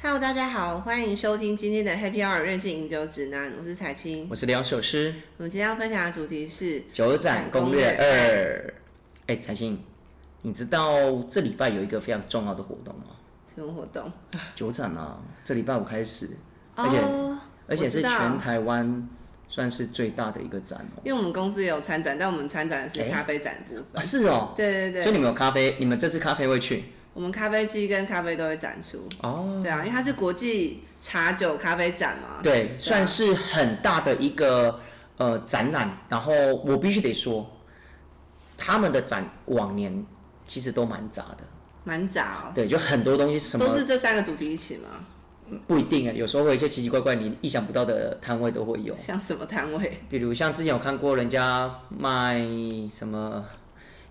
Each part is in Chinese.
Hello，大家好，欢迎收听今天的 Happy Hour 任性饮酒指南，我是彩青。我是两首诗《我们今天要分享的主题是九展攻略二》。哎，彩信，你知道这礼拜有一个非常重要的活动吗？什么活动？九展啊，这礼拜五开始，而且哦而且我知是道全台湾算是最大的一个展哦。因为我们公司有参展，但我们参展的是哎咖啡展的部啊，分。是哦，对对所对，以你们有咖啡，你们这次咖啡会去我们咖啡机跟咖啡都会展出。哦？对啊，因为它是国际茶酒咖啡展嘛。对，啊算是很大的一个呃展览。然后我必须得说，他们的展往年其实都蛮杂的，蛮杂对，就很多东西哦。什么都是这三个主题一起吗？不一定啊，有时候会有一些奇奇怪怪、你意想不到的摊位都会有。像什么摊位？比如像之前有看过人家卖什么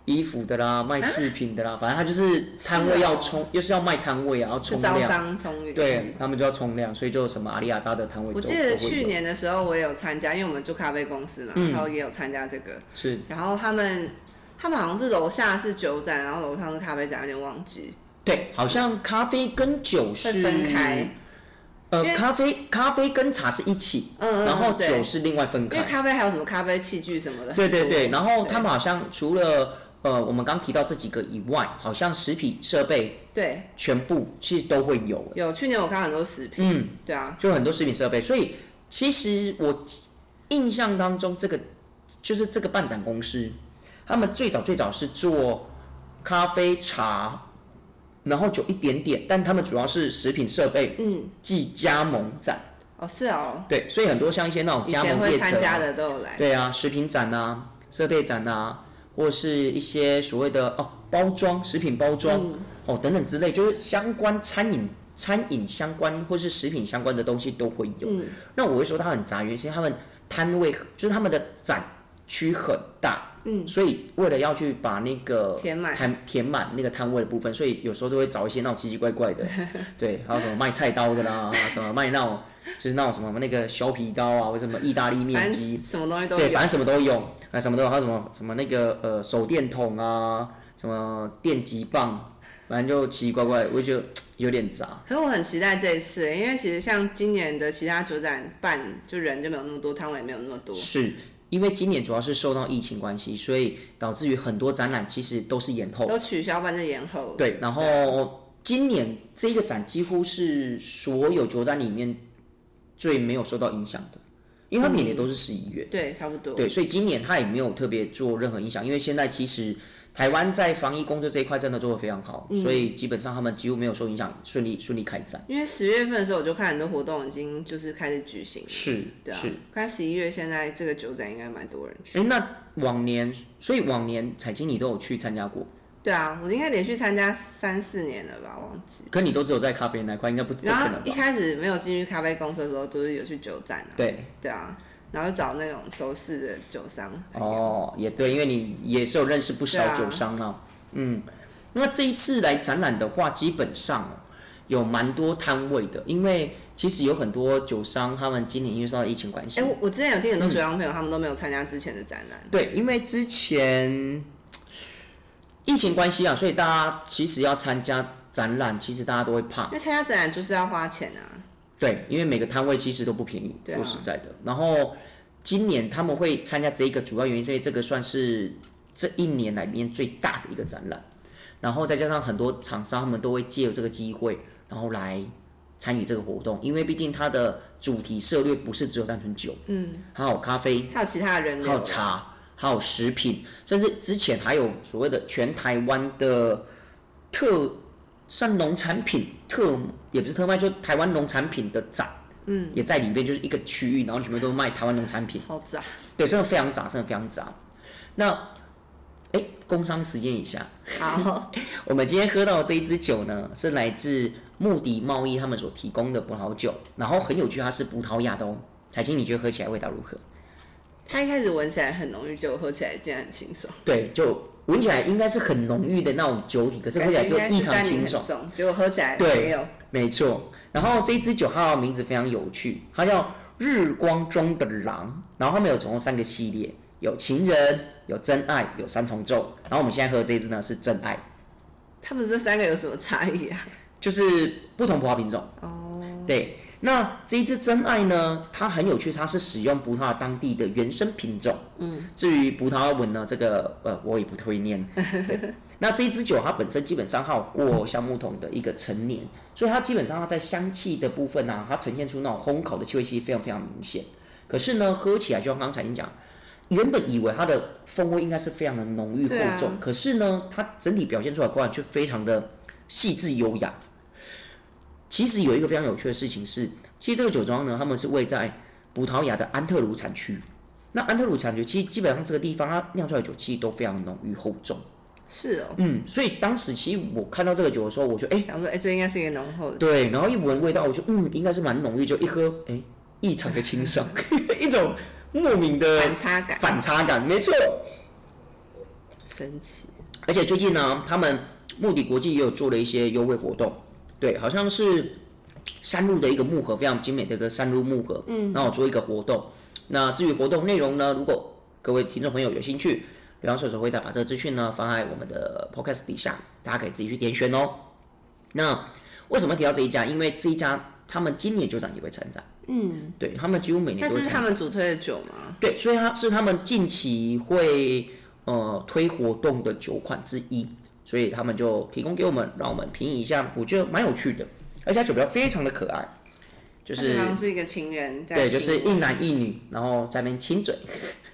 衣服的啊啦，卖饰品的啦，反正他就是摊位要冲，又是要卖摊位啊，要是冲招量，商冲业绩对啊他们就要冲量，所以就什么阿里亚扎的摊位都，我记得都会有去年的时候我也有参加，因为我们做咖啡公司嘛，嗯然后也有参加这个。是然后他们他们好像是楼下是酒展，然后楼上是咖啡展，有点忘记对，好像咖啡跟酒会是分开。。呃，因为咖啡咖啡跟茶是一起，嗯嗯嗯然后对酒是另外分因为开。咖啡还有什么咖啡器具什么的。对对对，然后对他们好像除了呃我们刚提到这几个以外，好像食品设备对，全部其实都会有。有去年我看到很多食品，嗯，对啊，就很多食品设备，所以其实我印象当中，这个就是这个办展公司，他们最早最早是做咖啡茶，然后酒一点点，但他们主要是食品设备嗯，暨加盟展，哦是哦，对，所以很多像一些那种以加前盟会业者、参加啊，的都有来，对啊，食品展啊，设备展啊，或是一些所谓的哦包装、食品包装、嗯哦等等之类，就是相关餐饮、餐饮相关或是食品相关的东西都会有。嗯那我会说它很杂，原因是因为他们摊位就是他们的展区很大，嗯，所以为了要去把那个填满摊填满那个摊位的部分，所以有时候都会找一些那种奇奇怪怪 的，对，还有什么卖菜刀的啦，什么卖那种就是那种什么那个削皮刀啊，或什么意大利面反机，正什么东西都对，有反，正什么都有，啊，什么都有，还有什么什么那个呃手电筒啊，什么电击棒，反正就奇奇怪怪，我就觉得有点杂。可是我很期待这一次，因为其实像今年的其他酒展办，就人就没有那么多，摊位也没有那么多。是因为今年主要是受到疫情关系，所以导致于很多展览其实都是延后。都取消，办就延后。对，然后今年这个展几乎是所有酒展里面最没有受到影响的，因嗯为它每年都是十一月。对，差不多。对，所以今年他也没有特别做任何影响，因为现在其实台湾在防疫工作这一块真的做得非常好，嗯所以基本上他们几乎没有受影响，顺利顺利开展。因为十月份的时候，我就看很多活动已经就是开始举行了，是对啊是。，看十一月现在这个酒展应该蛮多人去。哎、那往年，所以往年彩青你都有去参加过，对啊，我应该连续参加三四年了吧，忘记。可你都只有在咖啡那块，应该不不可然后能一吧？开始没有进去咖啡公司的时候，就是有去酒展啊，对，对啊，然后找那种熟识的酒商朋友。哦，也对，因为你也是有认识不对少啊酒商啊。嗯，那这一次来展览的话，基本上哦有蛮多摊位的，因为其实有很多酒商他们今年因为受到疫情关系，哎、我我之前有听嗯很多酒商朋友，他们都没有参加之前的展览，对，因为之前疫情关系啊，所以大家其实要参加展览，其实大家都会怕因。为参加展览就是要花钱啊。对，因为每个摊位其实都不便宜，对啊说实在的。然后今年他们会参加这一个主要原因，是因为这个算是这一年来面最大的一个展览，然后再加上很多厂商他们都会借由这个机会，然后来参与这个活动，因为毕竟它的主题策略不是只有单纯酒，嗯，还有咖啡，还有其他的人还有流，茶，还有食品，甚至之前还有所谓的全台湾的特算农产品特也不是特卖，就台湾农产品的展，嗯，也在里面，就是一个区域，然后里面都卖台湾农产品，好杂。对，真的非常杂，真的非常杂。那哎，工商时间一下，好，我们今天喝到的这一支酒呢，是来自穆迪贸易他们所提供的葡萄酒，然后很有趣，它是葡萄牙的哦。彩青，你觉得喝起来味道如何？它一开始闻起来很浓郁，结果喝起来竟然很清爽。对，就闻起来应该是很浓郁的那种酒体，可是喝起来就异常清爽。爽，结果喝起来对没有。没错，然后这一支酒它的名字非常有趣，它叫《日光中的狼》，然后它们有总共三个系列，有情人、有真爱、有三重奏。然后我们现在喝的这一支呢是真爱，他们这三个有什么差异啊？就是不同葡萄品种。哦，对，那这一支真爱呢，它很有趣，它是使用葡萄牙当地的原生品种。嗯，至于葡萄牙文呢，这个呃我也不 会念。对那这一支酒它本身基本上它有过橡木桶的一个陈年，所以它基本上它在香气的部分呢、它呈现出那种烘烤的气味，其实非常非常明显。可是呢，喝起来就像刚才你讲，原本以为它的风味应该是非常的浓郁厚对啊重，可是呢，它整体表现出来的口感却非常的细致优雅。其实有一个非常有趣的事情是，其实这个酒庄呢，他们是位在葡萄牙的安特鲁产区。那安特鲁产区其实基本上这个地方，它酿出来的酒其实都非常浓郁厚重。是哦，嗯，所以当时其实我看到这个酒的时候，我就哎、想说哎、这应该是一个浓厚的，对，然后一闻味道，我就嗯，应该是蛮浓郁，就一喝，哎、异常的清爽， 一种莫名的反差感，反差感，没错。神奇。而且最近呢，他们穆迪国际也有做了一些优惠活动，对，好像是山路的一个木盒，非常精美的一个山路木盒，嗯，然后做一个活动。那至于活动内容呢，如果各位听众朋友有兴趣，刘洋手手会再把这个资讯呢放在我们的 podcast 底下，大家可以自己去点选哦。那为什么提到这一家？因为这一家他们今年酒展也会参展，嗯，对他们几乎每年那都这是会参他展。们主推的酒吗？对，所以它是他们近期会呃推活动的九款之一，所以他们就提供给我们，让我们评议一下，我觉得蛮有趣的，而且它酒标非常的可爱，就它是好像是一个情人在对，就是亲一男一女，然后在那边亲嘴，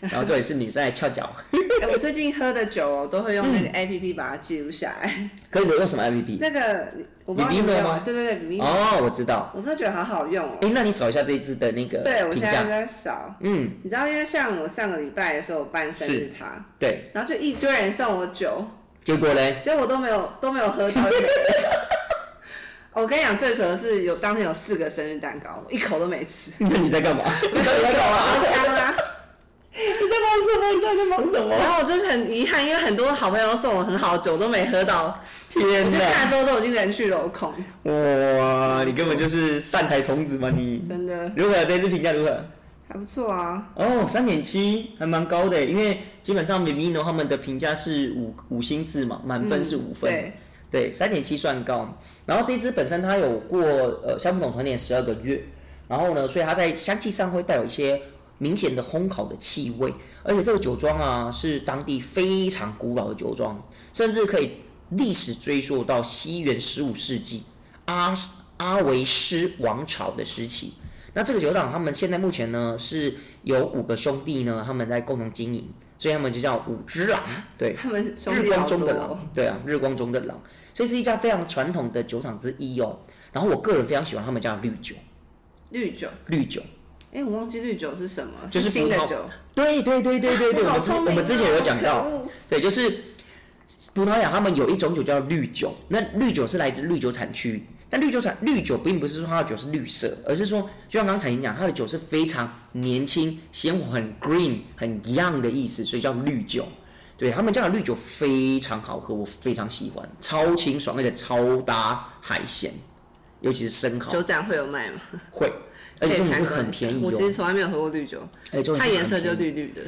然后这里是女生在翘脚，哎、我最近喝的酒、哦、都会用那嗯个 A P P 把它记录下来。可以用什么 MVP？那个我不知道你有没 Vivino 有吗啊，对对对，比 i n 哦，我知道，我真的觉得好好用哦。哎，那你扫一下这一支的那个 对，我评现在价比，较少。嗯，你知道，因为像我上个礼拜的时候，我办生日趴，对，然后就一堆人送我酒，结果嘞， 结果我都没有都没有喝到一个。我跟你讲，最扯的是有当天有四个生日蛋糕，我一口都没吃，那你在干嘛？ 你到底在干嘛？我干啦。你在忙什么？你到底在忙什么？然后我就是很遗憾，因为很多好朋友都送我很好的酒，我都没喝到。 我天就哪！看的时候都已经人去楼空，哇，你根本就是善财童子嘛你！真的如何？这次评价如何？还不错啊。哦，三点七，还蛮高的耶，欸因为基本上 Vivino 他们的评价是五五星制嘛，满嗯分是五分，对，对，三点七算高。然后这一支本身它有过呃香木桶团年十二个月，然后呢，所以它在香气上会带有一些明显的烘烤的气味，而且这个酒庄啊是当地非常古老的酒庄，甚至可以历史追溯到西元十五世纪阿阿维斯王朝的时期。那这个酒厂他们现在目前呢是有五个兄弟呢，他们在共同经营，所以他们就叫五只狼，对。他们兄日弟光好中多的哦。狼，对啊，日光中的狼，所以是一家非常传统的酒厂之一哦。然后我个人非常喜欢他们家的绿酒，绿酒，绿酒，哎、我忘记绿酒是什么，就是新葡的萄酒。对对对对对对，我 好们之聪明我们之前有讲哦到，，对，就是葡萄牙他们有一种酒叫绿酒，那绿酒是来自绿酒产区。但绿酒产绿酒并不是说它的酒是绿色，而是说就像刚才你讲，它的酒是非常年轻、鲜活、很 green、很 young 的意思，所以叫绿酒。对他们家的绿酒非常好喝，我非常喜欢，超清爽，而且超搭海鲜，尤其是生可恶蚝酒展会有卖吗？会，而且重点可以是参观很便宜我其哦，实从来没有喝过绿酒，而且重点是它很颜色便宜就绿绿的。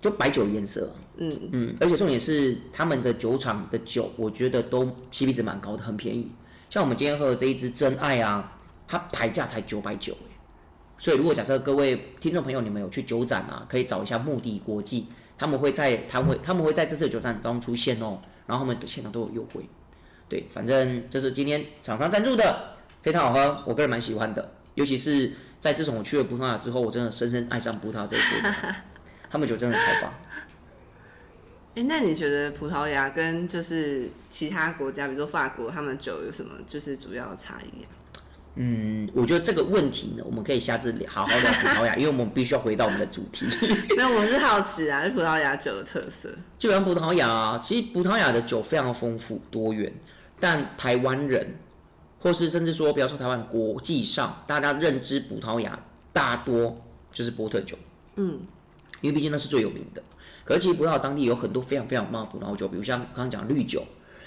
就白酒颜色、嗯嗯，而且重点是他们的酒厂的酒，我觉得都 CP 值蛮高的，很便宜。像我们今天喝的这一支真爱啊，它牌价才九百九所以如果假设各位听众朋友你们有去酒展啊，可以找一下目的国际，他们会在他会他们会在这次的酒展中出现哦，然后他们现场都有优惠。对，反正这是今天厂商赞助的，非常好喝，我个人蛮喜欢的，尤其是在自从我去了葡萄牙之后，我真的深深爱上葡萄牙这个国家， 他们酒真的太棒。哎、那你觉得葡萄牙跟就是其他国家，比如说法国，他们酒有什么就是主要的差异、啊？ 嗯，我觉得这个问题呢，我们可以下次好好聊葡萄牙，因为我们必须要回到我们的主题。 没有，我是好奇啊，是葡萄牙酒的特色。基本上葡萄牙啊，其实葡萄牙的酒非常丰富多元，但台湾人，或是甚至说不要说台湾，国际上大家认知葡萄牙大多就是波特酒，嗯，因为毕竟那是最有名的。可是其实葡萄牙当地有很多非常非常棒的葡萄酒，比如像刚刚讲绿酒，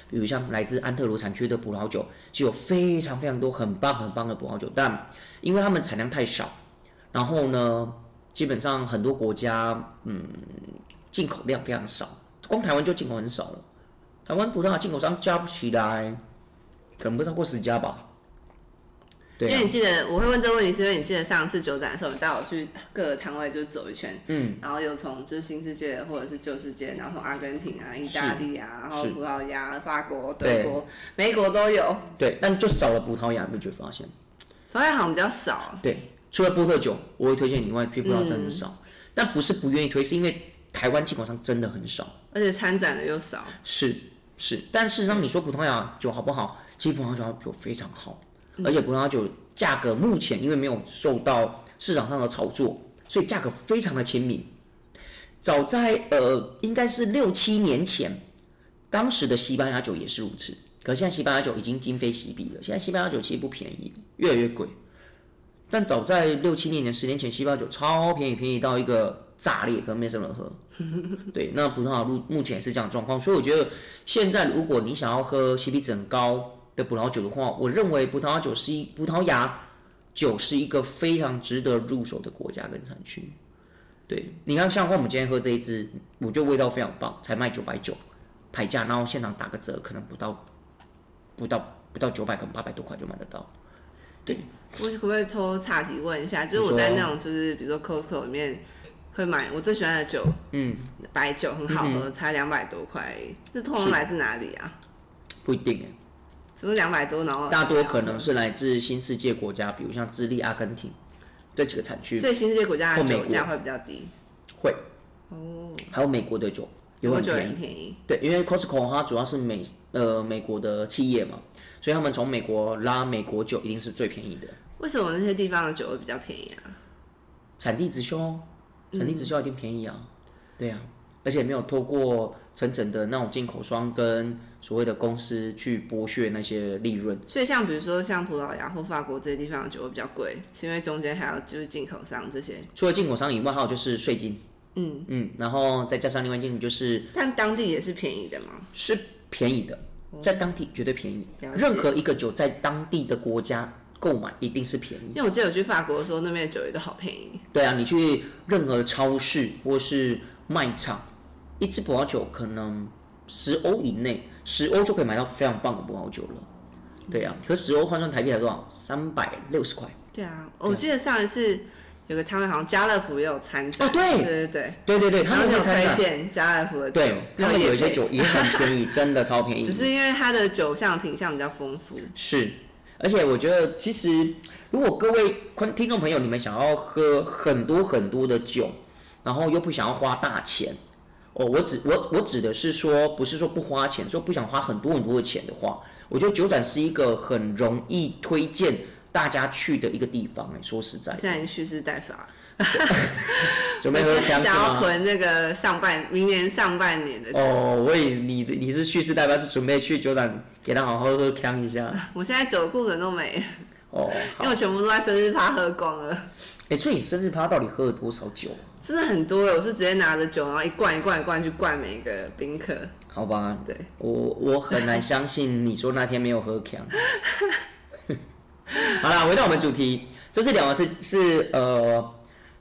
比如像来自安特鲁产区的葡萄酒，就有非常非常多很棒很棒的葡萄酒，但因为他们产量太少，然后呢，基本上很多国家嗯进口量非常少，光台湾就进口很少了。台湾葡萄牙进口商加不起来，可能不超过十家吧。对因啊为你记得我会问这个问题，是因为你记得上次酒展的时候，你带我去各个摊位就走一圈，嗯，然后有从就是新世界或者是旧世界，然后从阿根廷啊、意大利啊，然后是葡萄牙、法国、对德国、美国都有，对，但就少了葡萄牙，你就发现，葡萄牙好像比较少，对，除了波特酒，我会推荐你以外，其实葡萄真的很少，但不是不愿意推，是因为台湾进口商真的很少。而且参展的又少。是是，但事实上你说葡萄牙酒好不好？其实葡萄牙酒非常好，而且葡萄牙酒价格目前因为没有受到市场上的炒作，所以价格非常的亲民。早在呃，应该是六七年前，当时的西班牙酒也是如此。可现在西班牙酒已经今非昔比了，现在西班牙酒其实不便宜，越来越贵。但早在六七年前、十年前，西班牙酒超便宜，便宜到一个炸裂，可能没什么人喝。对，那葡萄牙目目前也是这样的状况，所以我觉得现在如果你想要喝 CP 值很高的葡萄酒的话，我认为葡萄牙酒是一葡萄牙酒是一个非常值得入手的国家跟产区。对，你看像我们今天喝这一支，我觉得味道非常棒，才卖九百九，牌价，然后现场打个折，可能不到不到不到九百，可能八百多块就买得到。我可不可以偷插题问一下？就是你我在说啊那种就是比如说 Costco 里面会买我最喜欢的酒，嗯，白酒很好喝，才两百多块，这通常是来自哪里啊？不一定耶怎么两百多？然后大多可能是来自新世界国家，比如像智利、阿根廷这几个产区所以新世界国家的或美酒国价会比较低，会。还有美国的酒也我会很酒也便很宜。便宜。对，因为 Costco 它主要是美呃美国的企业嘛，所以他们从美国拉美国酒一定是最便宜的。为什么那些地方的酒会比较便宜啊？产地直销，哦产地直销一定便宜啊，对啊，而且没有透过层层的那种进口商跟所谓的公司去剥削那些利润。所以像比如说像葡萄牙或法国这些地方的酒会比较贵，是因为中间还有就是进口商这些。除了进口商以外，还有就是税金，嗯嗯，然后再加上另外一件事情就是但当地也是便宜的嘛，是便宜的，在当地绝对便宜嗯了。解任何一个酒在当地的国家购买一定是便宜。因为我记得我去法国的时候，那边的酒也都好便宜。对啊，你去任何超市或是卖场，一支葡萄酒可能十欧以内，十欧就可以买到非常棒的葡萄酒了。对嗯啊，可十欧换算台币才多少？三百六十块。对啊，我记得上一次有个摊位，好像家乐福也有参展。哦对对对对，对对对，然他后们你会有参推展，荐家乐福的酒，啊对他们没有一些业酒也很 便宜，真的超便宜。配，只是因为它的酒项品相比较丰富。是，而且我觉得其实如果各位观听众朋友，你们想要喝很多很多的酒，然后又不想要花大钱，哦，我指我我指的是说，不是说不花钱，说不想花很多很多的钱的话，我觉得酒展是一个很容易推荐大家去的一个地方、哎，说实在我的，现在已经蓄势待发了，啊准我备喝现在香是想要吗？囤那个上半明年上半年的酒。哦，我以为你你是蓄势待发，是准备去酒展给他好好喝呛一下。我现在酒库存都没了，哦，因为我全部都在生日趴喝光了，哎、所以你生日趴到底喝了多少酒？啊真的很多了。我是直接拿着酒，然后一罐一罐一罐去灌每一个宾客。好吧，对，我我很难相信你说那天没有喝强。 好啦，回到我们主题，这次聊的是是呃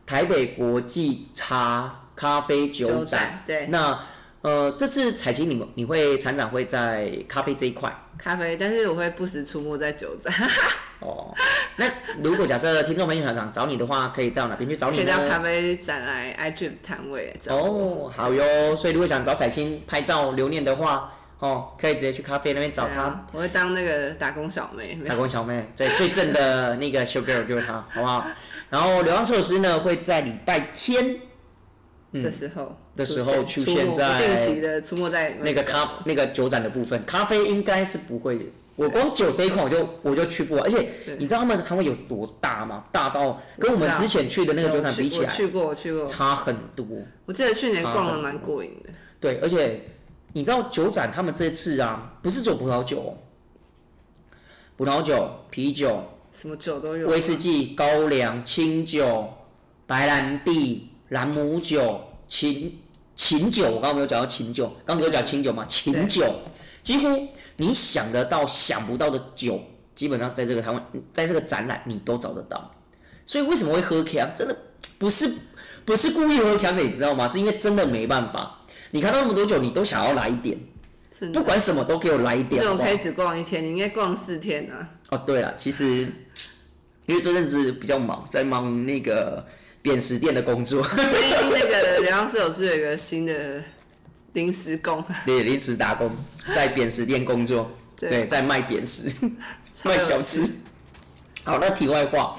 台北国际茶咖啡酒展。对那呃这次彩琴你们你会参展会在咖啡这一块咖啡，但是我会不时出没在酒展，哦。那如果假设听众朋友想想找你的话，可以到哪边去找可你以呢到？咖啡展来 IG 摊位找我。哦，好哟。所以如果想找彩青拍照留念的话，哦，可以直接去咖啡那边找对她。啊，我会当那个打工小妹，没 打有工小妹，对，最正的那个 show girl 就是她，好不好？然后流浪寿司呢会在礼拜天的时候的嗯时候出出现没在不定期的出没在那个咖那个酒展的部分，咖啡应该是不会的。我光酒这一块我就我就去不完，而且对你知道他们的摊位有多大吗？大到跟我们我知道之前去的那个酒展比起我来啊去过，我去过，差很多。我记得去年逛差的很蛮过瘾的。对，而且你知道酒展他们这次啊，不是做葡萄酒哦，葡萄酒、啤酒、什么酒都有，啊威士忌、高粱、清酒、白兰地、兰姆酒、琴琴酒。我刚刚没有讲到琴酒，刚刚有讲清酒嘛？琴酒，几乎你想得到、想不到的酒，基本上在这个台湾，在这个展览你都找得到。所以为什么会喝 K 啊真的不是不是故意喝 K 啊的，你知道吗？是因为真的没办法。你看到那么多酒，你都想要来一点，真的不管什么都给我来一点，这好种不好可以？只逛一天，你应该逛四天啊。 哦，对了，其实因为这阵子比较忙，在忙那个扁食店的工作， 所以那个流浪室友是有一个新的临时工，啊对，临时打工，在扁食店工作， 对对，在卖扁食。超有卖小吃趣。好，那题外话，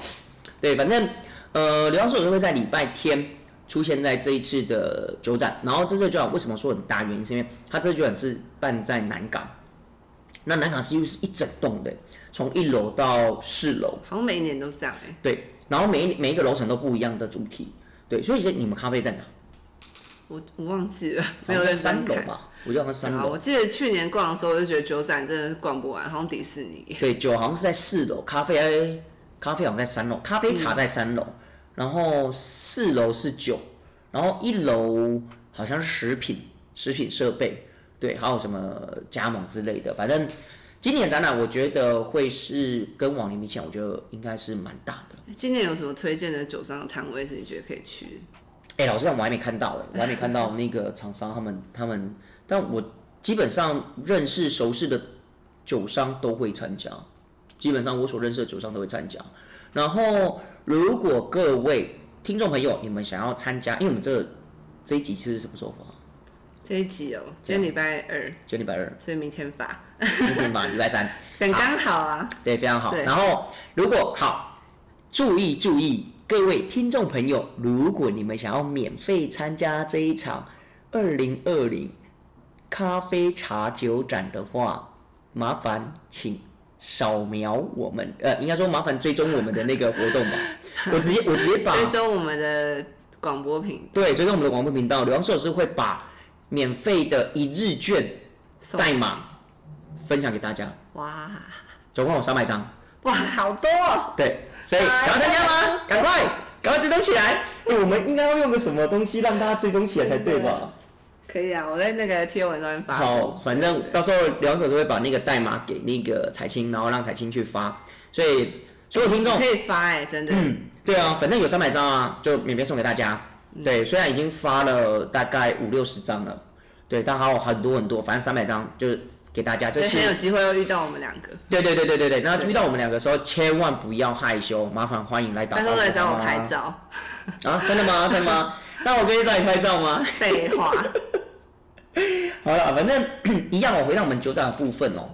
对，反正呃，流浪兽人会在礼拜天出现在这一次的酒展，然后这次的酒展为什么说很大？原因是因为它这次酒展是办在南港，那南港是又是一整栋的，从一楼到四楼，好像每一年都这样哎、对，然后每一每一个楼层都不一样的主题，对，所以其实你们咖啡在哪？我我忘记了，没有好像认三真楼看。吧，我就好像三啊，楼，我记得去年逛的时候，我就觉得九展真的是逛不完，好像迪士尼。对，酒好像是在四楼，咖啡咖啡好像在三楼，咖啡嗯茶在三楼，然后四楼是酒，然后一楼好像是食品、食品设备，对，还有什么加盟之类的。反正今年展览，我觉得会是跟往年比起来，我觉得应该是蛮大的。今年有什么推荐的酒商的摊位是你觉得可以去？哎、老实讲，我还没看到、哎，我还没看到那个厂商他们他们，但我基本上认识熟识的酒商都会参加，基本上我所认识的酒商都会参加。然后，如果各位听众朋友你们想要参加，因为我们这个这一集是什么时候发？这一集哦，今天礼拜二，就礼拜二，所以明天发，明天吧，礼拜三，很刚好啊。对，非常好。对然后，如果好，注意注意，各位听众朋友，如果你们想要免费参加这一场二零二零咖啡茶酒展的话，麻烦请扫描我们，呃，应该说麻烦追踪我们的那个活动 吧。我直接我直接把追踪我们的广播频对追踪我们的广播频道，刘洋寿是会把免费的一日券送代码分享给大家，哇总共有三百张。哇，好多、哦！对，所以想要参加吗？赶快，赶快追踪起来！哎，我们应该要用个什么东西让大家追踪起来才对吧？可以啊，我在那个贴文上面发。好，嗯反正到时候两手就会把那个代码给那个彩青，然后让彩青去发。所以所有听众可，以发哎、真的。对啊，反正有三百张啊，就免费送给大家。对，虽然已经发了大概五六十张了，对，但还有很多很多，反正三百张就是给大家。这所以是很有机会又遇到我们两个，对对对对对对。那遇到我们两个的时候，千万不要害羞，麻烦欢迎来打他招呼说啊。来找我拍照，啊，真的 吗？真的吗？那我可以找你拍照吗？废话， 好了，反正 一样、哦，回到我们酒展的部分哦。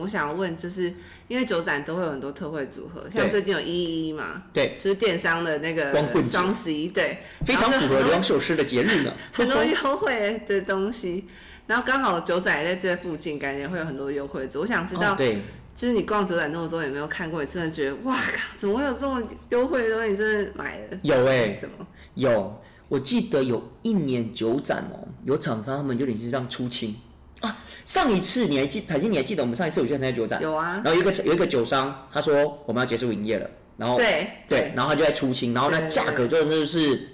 我想问，就是因为酒展都会有很多特惠组合，像对最近有一一一嘛，对，就是电商的那个光棍节双十一，对，非常符合然后两首诗的节 日呢。很多优惠的东西。然后刚好酒展也在这附近，感觉会有很多优惠组。我想知道，哦、对，就是你逛酒展那么多，有没有看过？你真的觉得哇靠，怎么会有这种优惠的东西？你真的买了？有哎、什么？有。我记得有一年酒展哦，有厂商他们有点是这样出清啊。上一次你还记，彩金你还记得我们上一次有去参加酒展，有啊然，后有一个有一个酒商他说我们要结束营业了，然后对对，，然后他就在出清，然后那对对价格真的就是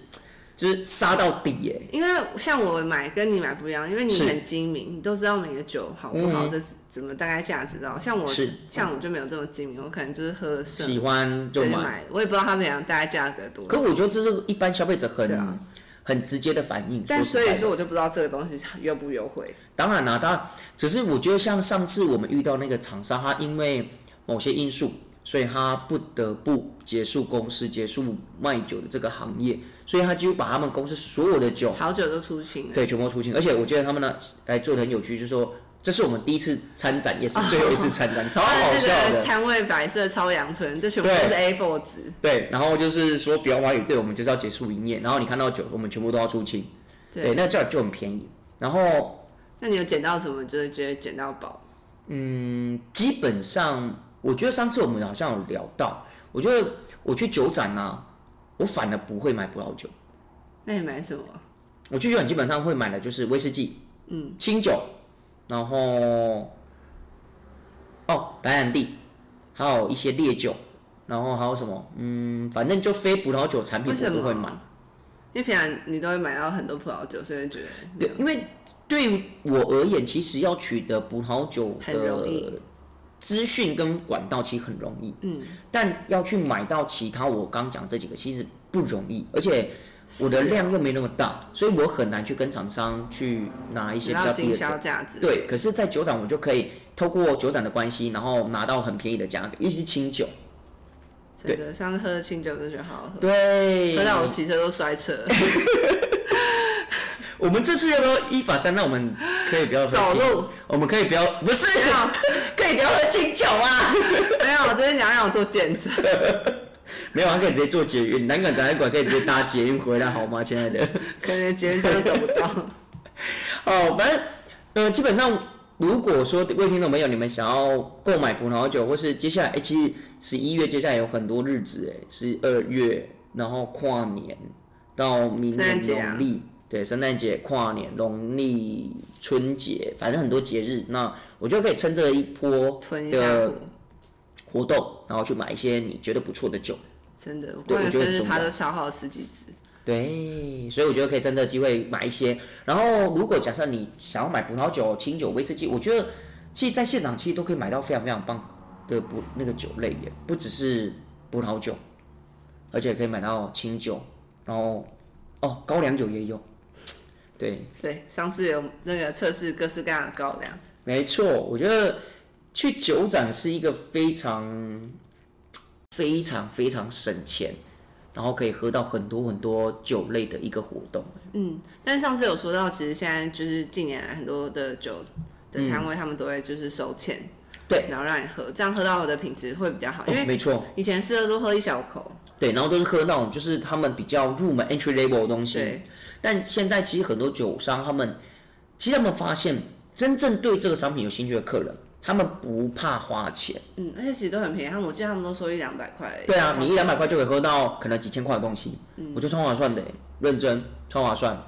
就是杀到底耶、因为像我买跟你买不一样，因为你是很精明，你都知道每个酒好不好，嗯这是怎么大概价值到。像我是像我就没有这么精明，我可能就是喝了剩喜欢就对就买。买了，我也不知道他们俩大概价格多可少。我觉得这是一般消费者很、对啊很直接的反应。但所实以在的说，我就不知道这个东西优不优惠。当然啦、当然，只是我觉得像上次我们遇到那个厂商，他因为某些因素，所以他不得不结束公司、结束卖酒的这个行业，所以他几乎把他们公司所有的酒好酒就出清了，对全部出清。而且我觉得他们呢，哎，做的很有趣，就是说这是我们第一次参展，也是最后一次参展，哦超好笑那的个。摊位摆设超阳春，就全部都是 A4 纸，对，然后就是说不要玩语，对我们就是要结束营业，然后你看到酒，我们全部都要出清。对对，那这样就很便宜。然后那你有捡到什么？就是觉得捡到宝，基本上，我觉得上次我们好像有聊到，我觉得我去酒展啊，我反而不会买葡萄酒，那你买什么？我去酒展基本上会买的就是威士忌，嗯，清酒，然后哦白兰地，还有一些烈酒，然后还有什么，嗯，反正就非葡萄酒产品为什我么不会买。因为平常你都会买到很多葡萄酒，所以觉得对，因为对于我而言，其实要取得葡萄酒很容易的资讯跟管道其实很容易，嗯，但要去买到其他我刚讲这几个其实不容易，而且我的是量又没那么大，所以我很难去跟厂商去拿一些比比较较低经的折销价值。对，可是，在酒展我就可以透过酒展的关系，然后拿到很便宜的价格，尤其是清酒。真的，上次喝清酒真的觉得好好喝，对，喝到我骑车都摔车 了，我们这次要不要依法三？那我们可以不要喝走清酒，路我们可以不要，不是没有可以不要喝清酒啊？没有，我今天你要让我做检测，没有，他可以直接坐捷运，南港展览馆可以直接搭捷运回来，好吗，亲爱的？可能捷运站都走不 到。哦，反正呃，基本上如果说各位听众朋友你们想要购买葡萄酒，或是接下来，哎、其实十一月接下来有很多日子，哎，十二月，然后跨年到明圣年诞节啊农历，对，圣诞节、跨年、农历春节，反正很多节日，那我觉得可以趁这一波吞一下的苦，活动，然后去买一些你觉得不错的酒。真的，我过对我年觉生得日重趴要都消耗了十几支，对，所以我觉得可以趁这个机会买一些。然后，如果假设你想要买葡萄酒、清酒、威士忌，我觉得其实在现场其实都可以买到非常非常棒的不那个酒类耶，不只是葡萄酒，而且可以买到清酒，然后哦高粱酒也有。对，对，上次有那个测试各式各样的高粱，没错，我觉得去酒展是一个非常、非常、非常省钱，然后可以喝到很多很多酒类的一个活动。嗯，但是上次有说到，其实现在就是近年来很多的酒的摊位，他们都会就是收钱，嗯对，然后让你喝，这样喝到的品质会比较好，因哦为没错，以前试的都喝一小口，对，然后都是喝那种就是他们比较入门 entry level 的东西。对，但现在其实很多酒商他们，其实他们发现真正对这个商品有兴趣的客人，他们不怕花钱。嗯，而且其实都很便宜，他们我记得他们都收一两百块而已，对啊，超你一两百块就可以喝到可能几千块的东西，我觉得超划算的欸，认真超划算。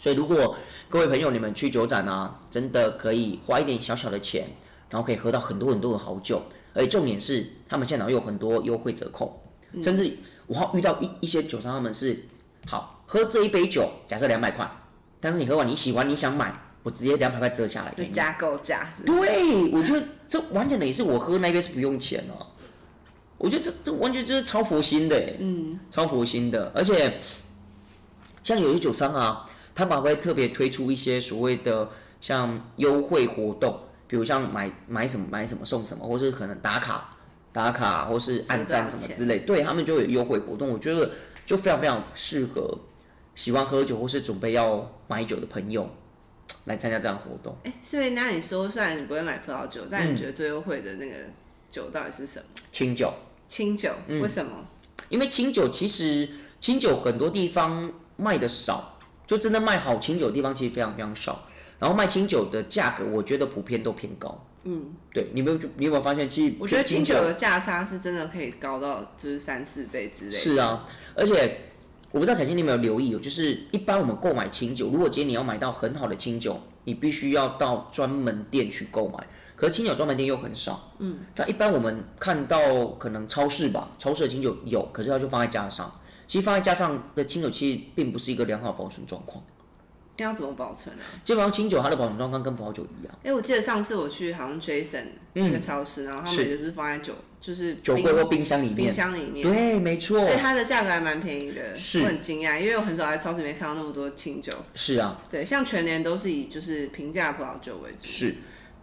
所以如果各位朋友你们去酒展啊，真的可以花一点小小的钱，然后可以喝到很多很多的好酒，而且重点是他们现场又有很多优惠折扣，甚至我还遇到一一些酒商他们是好喝这一杯酒，假设两百块，但是你喝完你喜欢你想买，我直接两百块折下来给就你。加购价，对，我觉得这完全等于是我喝那一杯是不用钱哦、我觉得这这完全就是超佛心的、嗯，超佛心的。而且像有些酒商啊，他们还会特别推出一些所谓的像优惠活动，比如像买买什么买什么送什么，或是可能打卡打卡，或是按赞什么之类，对他们就有优惠活动。我觉得就非常非常适合喜欢喝酒或是准备要买酒的朋友来参加这样的活动。哎、所以那你说，虽然你不会买葡萄酒，但你觉嗯得最优惠的那个酒到底是什么？清酒。清酒？嗯为什么？因为清酒其实清酒很多地方卖的少，就真的卖好清酒的地方其实非常非常少。然后卖清酒的价格，我觉得普遍都偏高。嗯，对，你有没有你有没有发现？其实我觉得清清酒的价差是真的可以高到就是三四倍之类的。是啊，而且我不知道彩青你有没有留意哦，就是一般我们购买清酒，如果今天你要买到很好的清酒，你必须要到专门店去购买。可是清酒专门店又很少，嗯，那一般我们看到可能超市吧，超市的清酒有，可是它就放在架上。其实放在架上的清酒其实并不是一个良好的保存状况，那要怎么保存呢、啊？基本上清酒它的保存状况跟葡萄酒一样，哎、我记得上次我去好像 Jason 那个超市，然后他们也是放在酒，就是嗯酒冰柜或冰箱里冰面，箱里面。对，没错， 对它的价格还蛮便宜的，是我很惊讶，因为我很少在超市里面看到那么多清酒。是啊，对，像全年都是以就是平价葡萄酒为主，是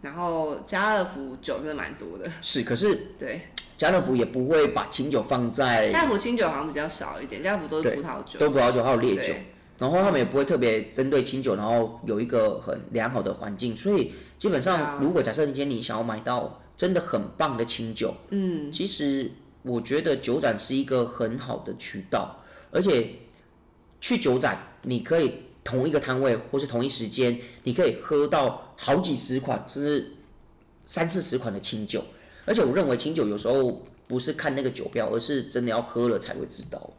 然后家乐福酒真的蛮多的。是，可是对，家乐福也不会把清酒放在家乐福清酒好像比较少一点，家乐福都是葡萄酒。哎都葡萄酒还有烈酒对，然后他们也不会特别针对清酒，然后有一个很良好的环境，所以基本对上啊如果假设今天你想要买到真的很棒的清酒，嗯，其实我觉得酒展是一个很好的渠道，而且去酒展你可以同一个摊位或是同一时间，你可以喝到好几十款甚至三四十款的清酒，而且我认为清酒有时候不是看那个酒标，而是真的要喝了才会知道。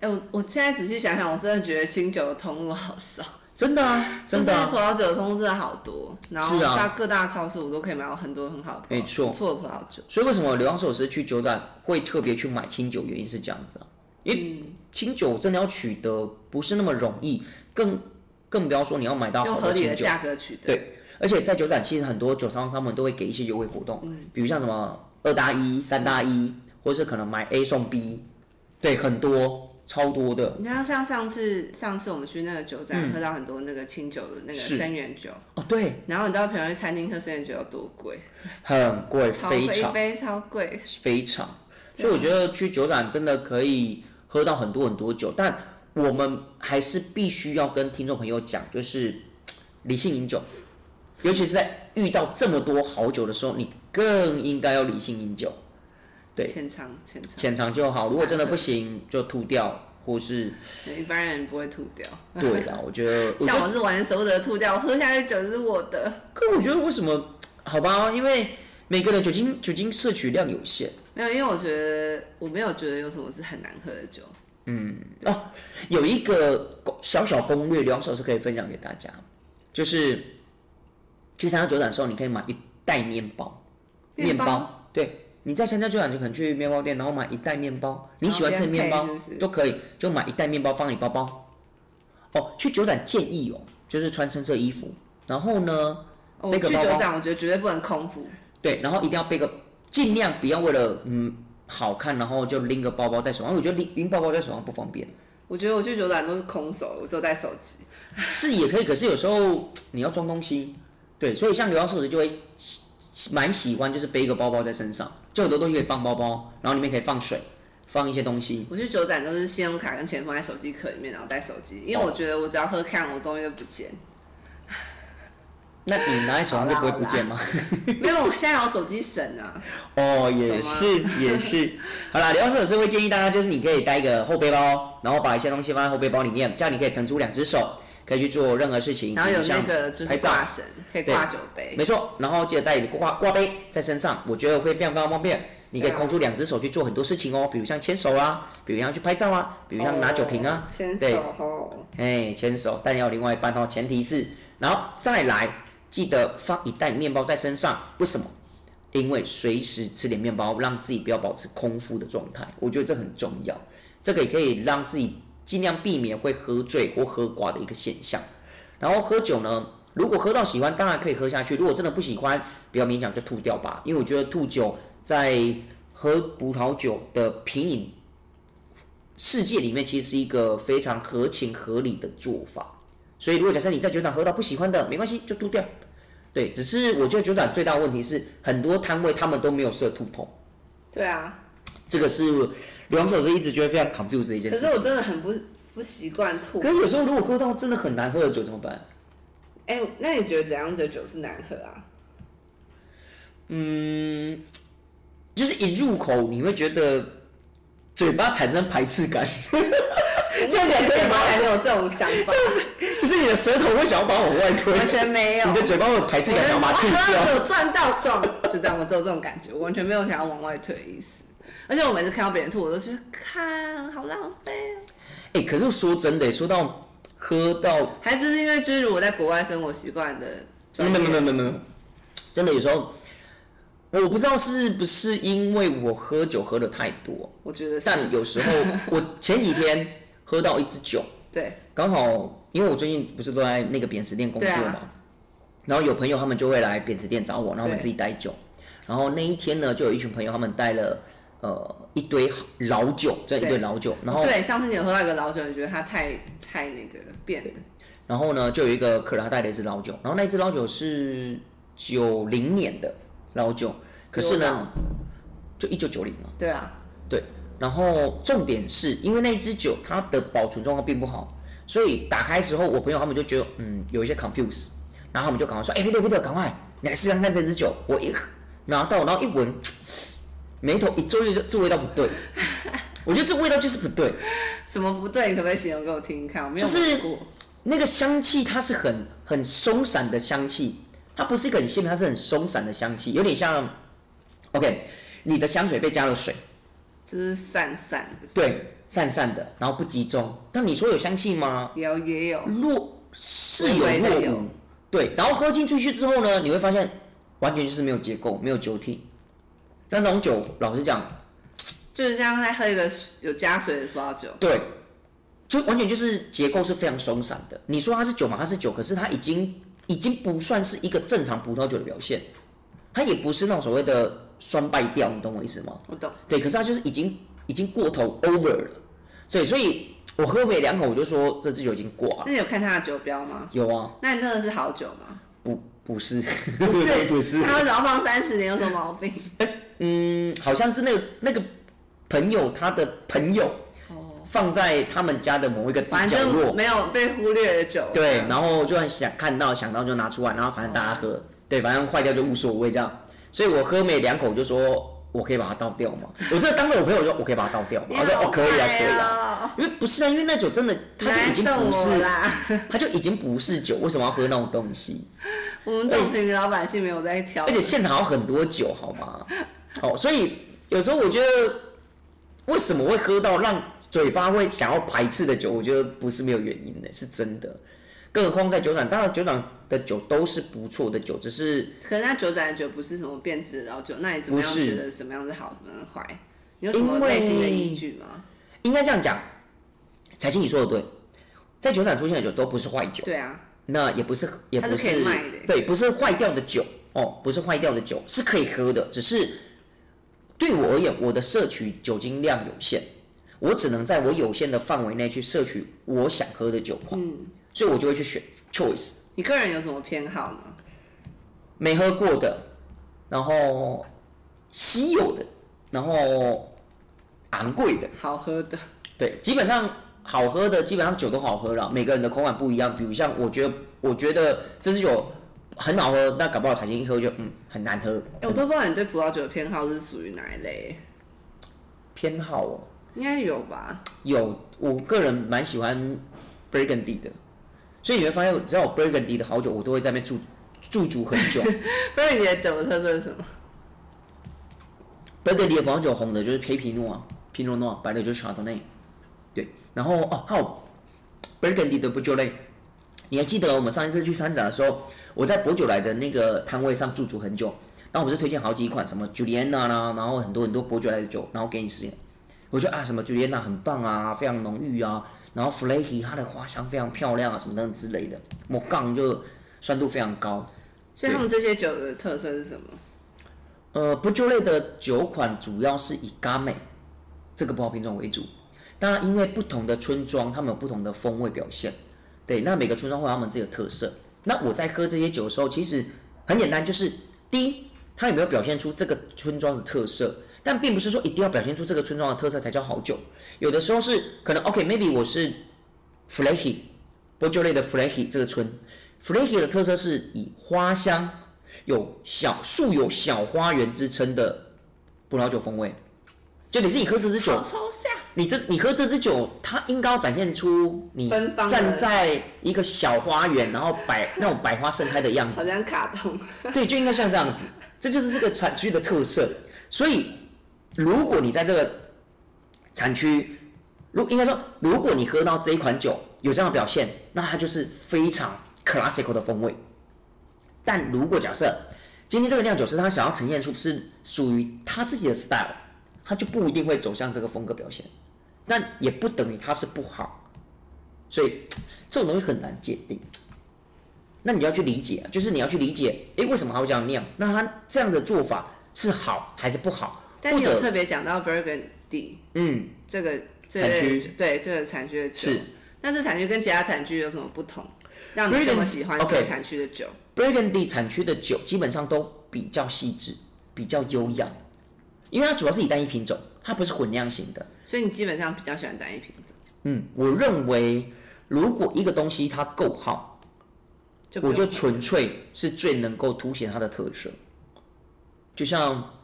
哎、我我现在仔细想想，我真的觉得清酒的通路好少，真的啊，真的、就是葡啊，萄酒的通路真的好多，然后是啊到各大超市我都可以买到很多很好的葡萄酒，没错不错的葡萄酒。所以为什么流浪兽师去酒展会特别去买清酒，原因是这样子啊，因嗯为清酒真的要取得不是那么容易，更更不要说你要买到用好合理清的酒。价格取得，对而且在酒展，其实很多酒商他们都会给一些优惠活动，嗯比如像什么二搭一、三搭一，或是可能买 A 送 B，对，很多超多的你看像上次上次我们去那个酒展，喝到很多那个清酒的那个嗯是生源酒，哦，对，然后你知道平常去餐厅喝生源酒有多贵，很贵，超非一常杯超贵，非常。所以我觉得去酒展真的可以喝到很多很多酒，但我们还是必须要跟听众朋友讲，就是嘖理性饮酒，尤其是在遇到这么多好酒的时候，你更应该要理性饮酒，对浅尝浅尝，浅尝就好。如果真的不行，就吐掉，或是对一般人不会吐掉。对啦，我觉得，我觉像得，我是完全舍不得吐掉，我喝下去酒就是我的。可我觉得为什么？好吧，因为每个人酒精酒精摄取量有限。没有，因为我觉得我没有觉得有什么是很难喝的酒。有一个小小攻略，两手是可以分享给大家，就是去参加酒展的时候，你可以买一袋面包，面包对，你在参加酒展就可能去面包店，然后买一袋面包，你喜欢然吃后的面包边配是哦不是都可以，就买一袋面包放你包包。哦，去酒展建议哦，就是穿深色衣服，然后呢，哦我那个去包包酒展，我觉得绝对不能空腹。对，然后一定要背个，尽量不要为了嗯好看，然后就拎个包包在手上，因为我觉得拎拎包包在手上不方便。我觉得我去酒展都是空手，我只有带手机。是也可以，可是有时候你要装东西，对，所以像流浪寿司就会喜喜蛮喜欢，就是背一个包包在身上，就很多东西可以放包包，然后里面可以放水，放一些东西。我去酒展都是信用卡跟钱放在手机壳里面，然后带手机，哦因为我觉得我只要喝看，我东西就不 见。那你拿在手上就不会好啦不见吗？没有，我现在有手机绳啊。哦，也是也是。好啦，流浪寿司会建议大家就是你可以带一个后背包，然后把一些东西放在后背包里面，这样你可以腾出两只手，可以去做任何事情。然后有比如那像个就是拍照挂绳，可以挂酒杯。没错，然后记得带你的挂挂杯在身上，我觉得会非常非常方便。你可以对啊空出两只手去做很多事情哦，比如像牵手啊，比如像去拍照啊，比如像拿酒瓶啊，哦，牵对手哦，哎，牵手，但要有另外一半哦，前提是，然后再来记得放一袋面包在身上，为什么？因为随时吃点面包，让自己不要保持空腹的状态，我觉得这很重要。这个也可以让自己尽量避免会喝醉或喝寡的一个现象。然后喝酒呢，如果喝到喜欢，当然可以喝下去；如果真的不喜欢，不要勉强就吐掉吧，因为我觉得吐酒在喝葡萄酒的品饮世界里面其实是一个非常合情合理的做法。所以如果假设你在酒展喝到不喜欢的，没关系，就吐掉。对，只是我觉得酒展最大的问题是很多摊位他们都没有设吐桶，对啊。这个是刘洋手是一直觉得非常 confused 的一件可事是情。我真的很不不习惯吐可。是有时候如果喝到真的很难喝的酒怎么办？哎、那你觉得怎样的酒是难喝 啊？就是一入口你会觉得嘴巴产生排斥感， 就样讲可以吗还没有这种想法，就是你的舌头会想要把我往外推，完全没有。你的嘴巴会有排斥我感，想要把它吐喝到 掉。酒赚到爽，就这样，我只有这种感觉，我完全没有想要往外推的意思。而且我每次看到别人吐，我都觉得看好浪费、啊。哎、可是说真的、说到喝到还只是因为就是如我在国外生活习惯的专没业，有没有没有没有没有，真的有时候我不知道是不是因为我喝酒喝的太多，我觉得是但 有时候我前几天喝到一支酒，对刚好因为我最近不是都在那个扁食店工作对啊嘛，然后有朋友他们就会来扁食店找我，然后我们对自己带酒，然后那一天呢就有一群朋友他们带了呃一堆老酒，这一堆对老酒，然后对，上次你有喝到一个老酒，你觉得它太太那个变了，然后呢，就有一个客人他带了一支老酒，然后那一支老酒是九零年的老酒，可是有呢老，就一九九零嘛。对啊，然后重点是因为那支酒它的保存状况并不好，所以打开时候我朋友他们就觉得嗯有一些 confuse，然后他们就赶快说，哎、不对不对，赶快你来试看看这支酒。我一拿到，然后一闻， 眉头一皱就就这味道不对，我觉得这味道就是不对。什么不对？你可不可以形容给我听听看？我没有就是闻过，那个香气它是很很松散的香气，它不是一个很鲜明，它是很松散的香气，有点像，OK，你的香水被加了水，就是散散的，对，散散的，然后不集中。那你说有香气吗？有也有，若是有微微的若有无，对。然后喝进去去之后呢，你会发现完全就是没有结构，没有酒体。那种酒，老实讲，就是像在喝一个有加水的葡萄酒，对，就完全就是结构是非常松散的。你说它是酒嘛，它是酒，可是它已经已经不算是一个正常葡萄酒的表现，它也不是那种所谓的酸败掉，你懂我意思吗？我懂。对，可是它就是已经已经过头 over 了，对，所以我喝没两口我就说这支酒已经挂了。那你有看它的酒标吗？有啊，那你那个是好酒吗？不不是， 不 是，不是， 它只要放三十年有什么毛病？嗯，好像是那个那个朋友他的朋友哦，放在他们家的某一个地反角落正，没有被忽略的酒。对，然后就很想看到，想到就拿出来，然后反正大家喝，对，反正坏掉就无所谓这样。所以我喝没两口就说，我可以把它倒掉吗？我这当着我朋友说，我可以把它倒掉吗？你他说好哦，可以啊，坏可以啊。哦因为不是啊，因为那酒真的，它就已经难不受我是， 啦。它就已经不是酒，为什么要喝那种东西？我们这种平民老百姓没有在挑的，而且现场有很多酒，好吗？哦，所以有时候我觉得，为什么会喝到让嘴巴会想要排斥的酒，我觉得不是没有原因的，是真的。更何况在酒厂，当然酒厂的酒都是不错的酒，只是可能那九展的酒不是什么变质的老酒，那你怎么样不是觉得什么样是好，什么样是坏？你有什么内心的依据吗？应该这样讲，彩青你说的对，在酒厂出现的酒都不是坏酒，对啊，那也不是也它不是可以卖的对，不是坏掉的酒哦，不是坏掉的酒是可以喝的，只是对我而言，我的摄取酒精量有限，我只能在我有限的范围内去摄取我想喝的酒款，嗯所以我就会去选 choice 你个人有什么偏好吗？没喝过的，然后稀有的，然后昂贵的。好喝的，对，基本上好喝的，基本上酒都好喝了，每个人的口感不一样。比如像我觉得，我觉得这支酒很好喝，那搞不好彩琴一喝就嗯很难喝。哎、我都不知道你对葡萄酒的偏好是属于哪一类，偏好哦，应该有吧？有我个人蛮喜欢 Burgundy 的，所以你会发现，只要有 Burgundy 的好酒，我都会在那边驻驻足很久。不然你的酒的特色是什么？ Burgundy 的葡萄酒红的就是黑皮诺啊，皮诺诺，白的就是 Chardonnay。对，然后哦，还有 Burgundy 的 b o j o l a i 你还记得我们上一次去参展的时候，我在博酒来的那个摊位上驻足很久，然后我不是推荐好几款什么 Juliana 啦，然后很多很多博酒来的酒，然后给你试验。我说啊，什么 Juliana 很棒啊，非常浓郁啊，然后 Flaky 它的花香非常漂亮啊，什么等等之类的。莫杠就酸度非常高，所以他们这些酒的特色是什么？呃，不就类的酒款主要是以嘎美这个葡萄品种为主。当然，因为不同的村庄，他们有不同的风味表现。对，那每个村庄会有他们自己的特色。那我在喝这些酒的时候，其实很简单，就是第一，它有没有表现出这个村庄的特色？但并不是说一定要表现出这个村庄的特色才叫好酒。有的时候是可能 OK，maybe、我是 f l a k y 波就类的 f l a k y 这个村 f l a k y 的特色是以花香有小树有小花园之称的葡萄酒风味。就你自己喝这支酒好，抽象，啊你这你喝这支酒，它应该要展现出你芬芳的站在一个小花园，然后百那种百花盛开的样好 子，像卡通。对，就应该像这样子，这就是这个产区的特色。所以，如果你在这个产区，如应该说，如果你喝到这一款酒有这样的表现，那它就是非常 classical 的风味。但如果假设今天这个酿酒师他想要呈现出是属于他自己的 style，他就不一定会走向这个风格表现，但也不等于他是不好，所以这种东西很难界定。那你要去理解啊，就是你要去理解，诶，为什么他会这样酿？那他这样的做法是好还是不好？但或你有者特别讲到 Burgundy 嗯，这个这产类区的对这个产区的酒是，那这产区跟其他产区有什么不同？让你这么喜欢 Burgundy- 这个产区的酒？ Burgundy 产区的酒基本上都比较细致，比较优雅，因为它主要是以单一品种，它不是混酿型的。所以你基本上比较喜欢单一品种，嗯，我认为如果一个东西它够好，就不我用就纯粹是最能够凸显它的特色。就像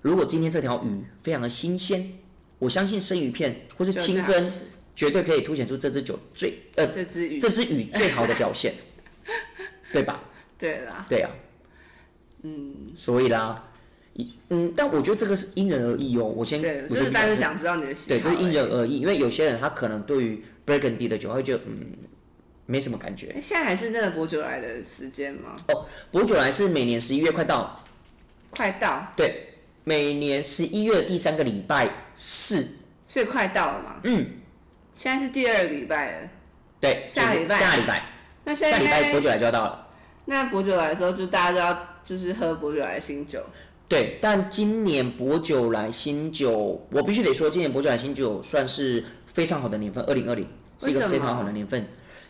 如果今天这条鱼非常的新鲜，我相信生鱼片或是就清这样蒸子绝对可以凸显出这支酒最呃这只鱼这只鱼最好的表现，对吧？对啦，对啊，嗯，所以啦，一嗯，但我觉得这个是因人而异哦。我先对，我就是先大家讲想知道你的喜好。对，这是因人哎。而异，因为有些人他可能对于 Burgundy 的酒，他会觉得嗯没什么感觉。哎现在还是那个博酒来的时间吗？博酒来是每年十一月快到了，快到，对，每年十一月第三个礼拜四，所以快到了嘛。嗯，现在是第二个礼拜了，对，下就是礼拜下礼拜那现下在礼应拜博该酒来就要到了。那博酒来的时候，就大家就要就是喝博酒来的新酒，对，但今年博酒来新酒，我必须得说，今年博酒来新酒算是非常好的年份，二零二零是为一什个么非常好的年份。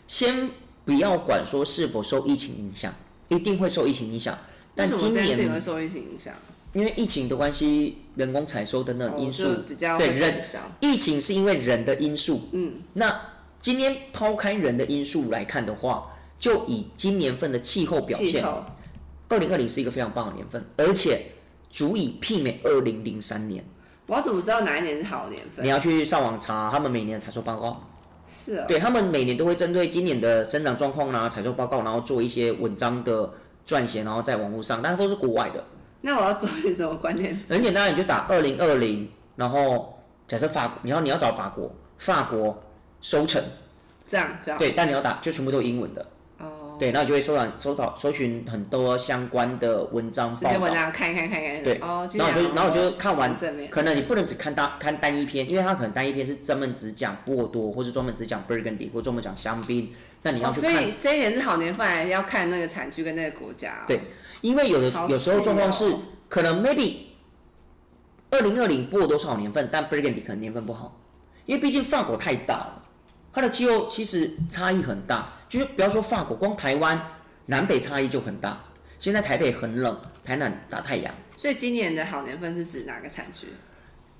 先不要管说是否受疫情影响，一定会受疫情影响，但为什么今这件事情年会受疫情影响？因为疫情的关系，人工采收等等因素，哦就比较对会人减少。疫情是因为人的因素。嗯，那今天抛开人的因素来看的话，就以今年份的气候表气现，候二零二零是一个非常棒的年份，而且足以媲美二零零三年。我要怎么知道哪一年是好年份你？要去上网查他们每年的采收报告，是哦，对他们每年都会针对今年的生长状况啦、采收报告，然后做一些文章的撰写，然后在网络上，但是都是国外的。那我要搜寻什么观念？很简单，你就打二零二零，然后假设法，你要你要找法国，法国收成，这样这样对，但你要打就全部都英文的，啊哦，对，那你就会收到收到搜寻很多相关的文章这报些文道，章看一看看一看，对哦，然后我就然后我就看完完正面，可能你不能只看单看单一篇，因为它可能单一篇是专门只讲波尔多，或是专门只讲 Burgundy，或专门讲香槟，那你要哦，去所看，以这一年是好年份，还要看那个产区跟那个国家哦，对因为有的好有时候状况是细哦，可能 maybe 二零二零波尔多是好年份，但 Burgundy 可能年份不好，因为毕竟法国太大了，它的气候其实差异很大，就是不要说法国，光台湾南北差异就很大。现在台北很冷，台南大太阳。所以今年的好年份是指哪个产区？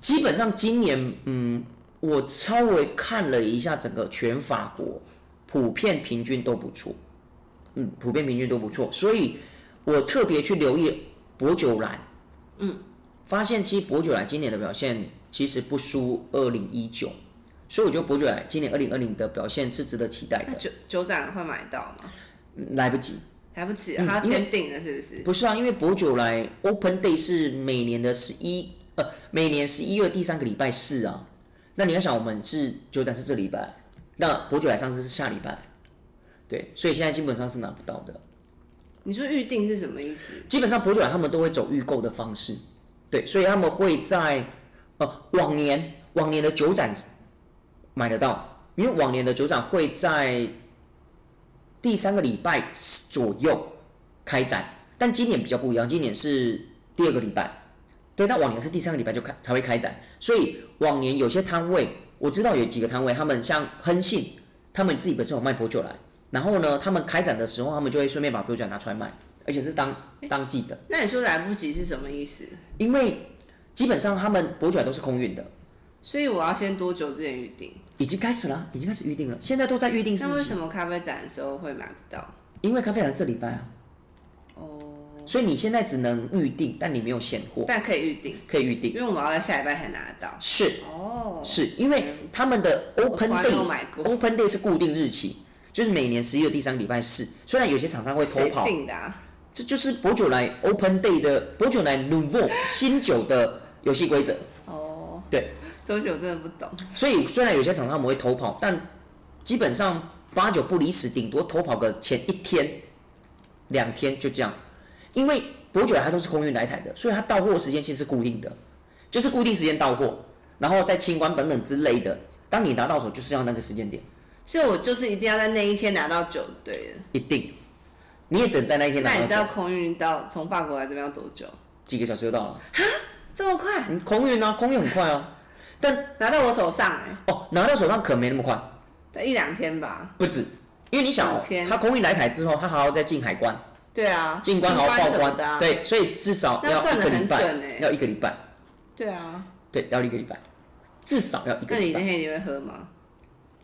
基本上今年，嗯，我稍微看了一下整个全法国，普遍平均都不错，嗯，普遍平均都不错，所以我特别去留意博九兰，嗯，发现其实博九兰今年的表现其实不输二零一九，所以我觉得博九兰今年二零二零的表现是值得期待那的，酒酒展会买到吗？嗯来不及，来不及，嗯他要因为签订了是不是？不是啊，因为博九来 Open Day 是每年的十一呃，每年十一月第三个礼拜四啊。那你要想，我们是九展是这礼拜，那博九来上次是下礼拜，对，所以现在基本上是拿不到的。你说预定是什么意思？基本上博主他们都会走预购的方式，对，所以他们会在呃往年往年的酒展呃买得到，因为往年的酒展会在第三个礼拜左右开展，但今年比较不一样，今年是第二个礼拜，对，那往年是第三个礼拜就开才会开展，所以往年有些摊位我知道有几个摊位，他们像亨信，他们自己本身有卖博酒来，然后呢，他们开展的时候，他们就会顺便把博酒拿出来卖。而且是当当季的，那你说来不及是什么意思？因为基本上他们博转都是空运的，所以我要先多久之前预定？已经开始了，已经开始预定了，现在都在预定时那为期，什么咖啡展的时候会买不到？因为咖啡展这礼拜啊，哦，所以你现在只能预定，但你没有现货但可以预定，可以预定因，为我们要在下礼拜才拿得到。是哦，是因为他们的我 open 从来没有 day 买过， open day 是固定日期，就是每年十一月第三个礼拜四，虽然有些厂商会偷谁跑，定的啊？这就是博酒来 open day 的博酒来 nouveau 新酒的游戏规则。哦，对，周九真的不懂。所以虽然有些厂商我们会偷跑，但基本上八九不离十，顶多偷跑个前一天、两天就这样。因为博九它都是空运来台的，所以它到货时间其实是固定的，就是固定时间到货，然后再清关等等之类的。当你拿到手，就是要那个时间点，所以我就是一定要在那一天拿到酒，对了。一定。你也只能在那一天拿那你到知道手，空运到从法国来这边要多久？几个小时就到了。这么快嗯空运啊，空运很快啊，但拿到我手上哎、哦，拿到手上可没那么快，在一两天吧。不止，因为你想、哦两，天它空运来台之后，它还要再进海关。对啊，进关然后报进什么的、关，啊，对，所以至少那要算一得个礼很拜，准欸要一个礼拜，对啊。对，要一个礼拜，至少要一个那你礼那拜。天你会喝吗？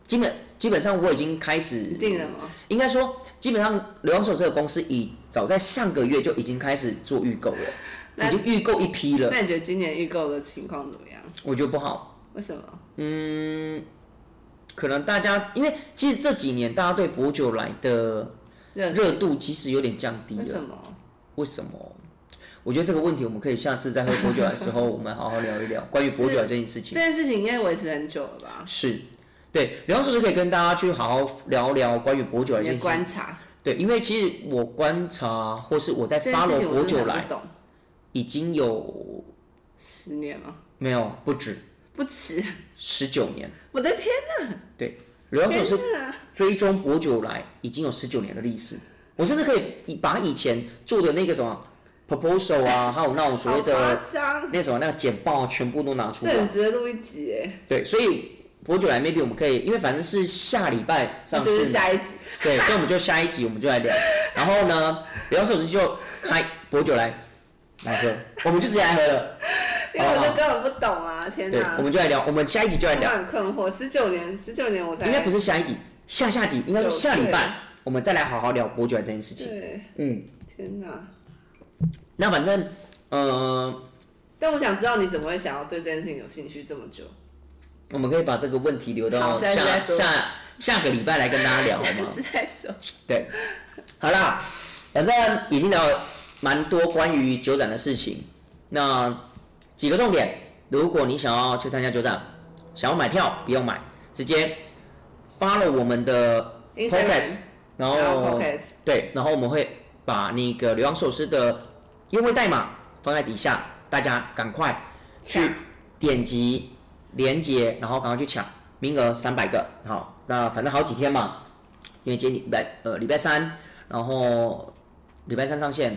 基本基本上我已经开始你定了吗？应该说，基本上流浪手这个公司已早在上个月就已经开始做预购了，那已经预购一批了，那你觉得今年预购的情况怎么样？我觉得不好。为什么？可能大家因为其实这几年大家对博酒来的热热度其实有点降低为了，什么？为什么？我觉得这个问题我们可以下次再喝博酒来的时候，我们好好聊一聊关于博酒来这件事情这。件事情应该维持很久了吧？是，对，刘老师就可以跟大家去好好聊聊关于博酒来你这的件事。观察，对，因为其实我观察或是我在这件事 follow 情博我酒真的来不懂。已经有十年吗？没有不止不止，十九年。我的天刘老师是哪！追踪博酒来已经有十九年的历史，我甚至可以以把以前做的那个什么 proposal 啊，还有那种所谓好的夸张，那什么那个简报、啊、全部都拿出这很来。值得录一集哎，对，所以博酒来 maybe 我们可以，因为反正是下礼拜这上就是市嘛。下一集。对，所以我们就下一集我们就来聊。然后呢，刘老师就开博酒来来喝，我们就直接来喝了。因为我就根本不懂啊！天哦对，哪，我们就来聊，我们下一集就来我聊，很困惑。十九年，十九年我才应该不是下一集，下下集，应该说下礼拜，我们再来好好聊博酒这件事情。对，嗯，天哪！那反正，呃，但我想知道你怎么会想要对这件事情有兴趣这么久？我们可以把这个问题留到好下下一集再说下下个礼拜来跟大家聊，好吗？ 是在说对，好啦，反正已经聊了蛮多关于酒展的事情。那几个重点，如果你想要去参加酒展，想要买票不用买，直接 follow 我们的 Instagram，podcast，哦然然后后 podcast 对，然后我们会把那个流浪寿司的优惠代码放在底下，大家赶快去抢点击连接，然后赶快去抢，名额三百个。好，那反正好几天嘛，因为今天礼拜呃礼拜三，然后礼拜三上线，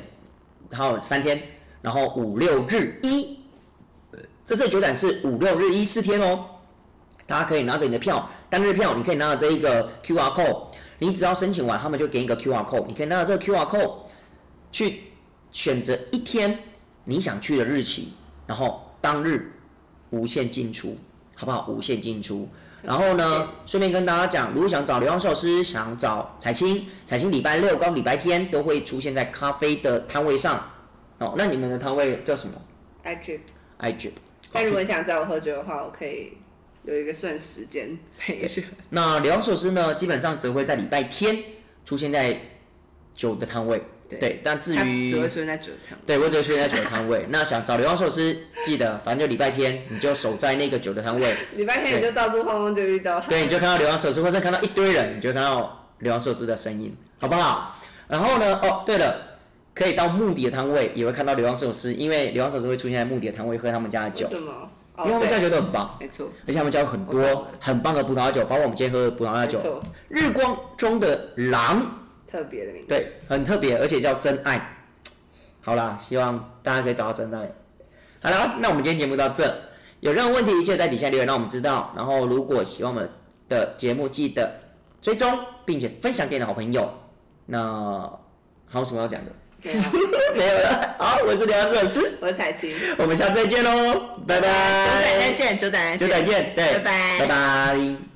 还有三天，然后五六日一，呃这次的九展是五六日一四天哦，大家可以拿着你的票，单日票你可以拿着这一个 QR code，你只要申请完，他们就给你一个 QR code，你可以拿着这个 QR code 去选择一天你想去的日期，然后当日无限进出，好不好？无限进出。然后呢，顺便跟大家讲，如果想找流浪寿司，想找彩青，彩青礼拜六跟礼拜天都会出现在咖啡的摊位上。哦，那你们的摊位叫什么 IG。 ？IG。但哦如果你想找我喝酒的话，我可以有一个算时间陪着。那流浪寿司呢，基本上只会在礼拜天出现在酒的摊位。对但至它于只会出现在酒堂。对，我只有去那酒的摊位。那想找流浪寿司，记得反正就礼拜天，你就守在那个酒的摊位，礼拜天你就到处晃晃就遇到他。对，你就看到流浪寿司，或者看到一堆人，你就看到流浪寿司的身影，好不好？然后呢，哦，对了，可以到墓地的摊位也会看到流浪寿司，因为流浪寿司会出现在墓地的摊位喝他们家的为酒，什么？因为他哦，们家对，的酒都很棒，没错，而且他们家有很我懂多了很棒的葡萄酒，包括我们今天喝的葡萄没酒，错，日光中的狼。特别的名字。对，很特别，而且叫真爱。好啦，希望大家可以找到真爱。好啦，那我们今天节目到这，有任何问题记得在底下留言，让我们知道。然后，如果喜欢我们的节目，记得追踪并且分享给你的好朋友。那还有什么要讲的？对啊 没有了。好，我是刘老师老师，我是彩琴，我们下次再见喽，拜九仔再拜。见，九仔再就再见，见，对，拜拜拜拜。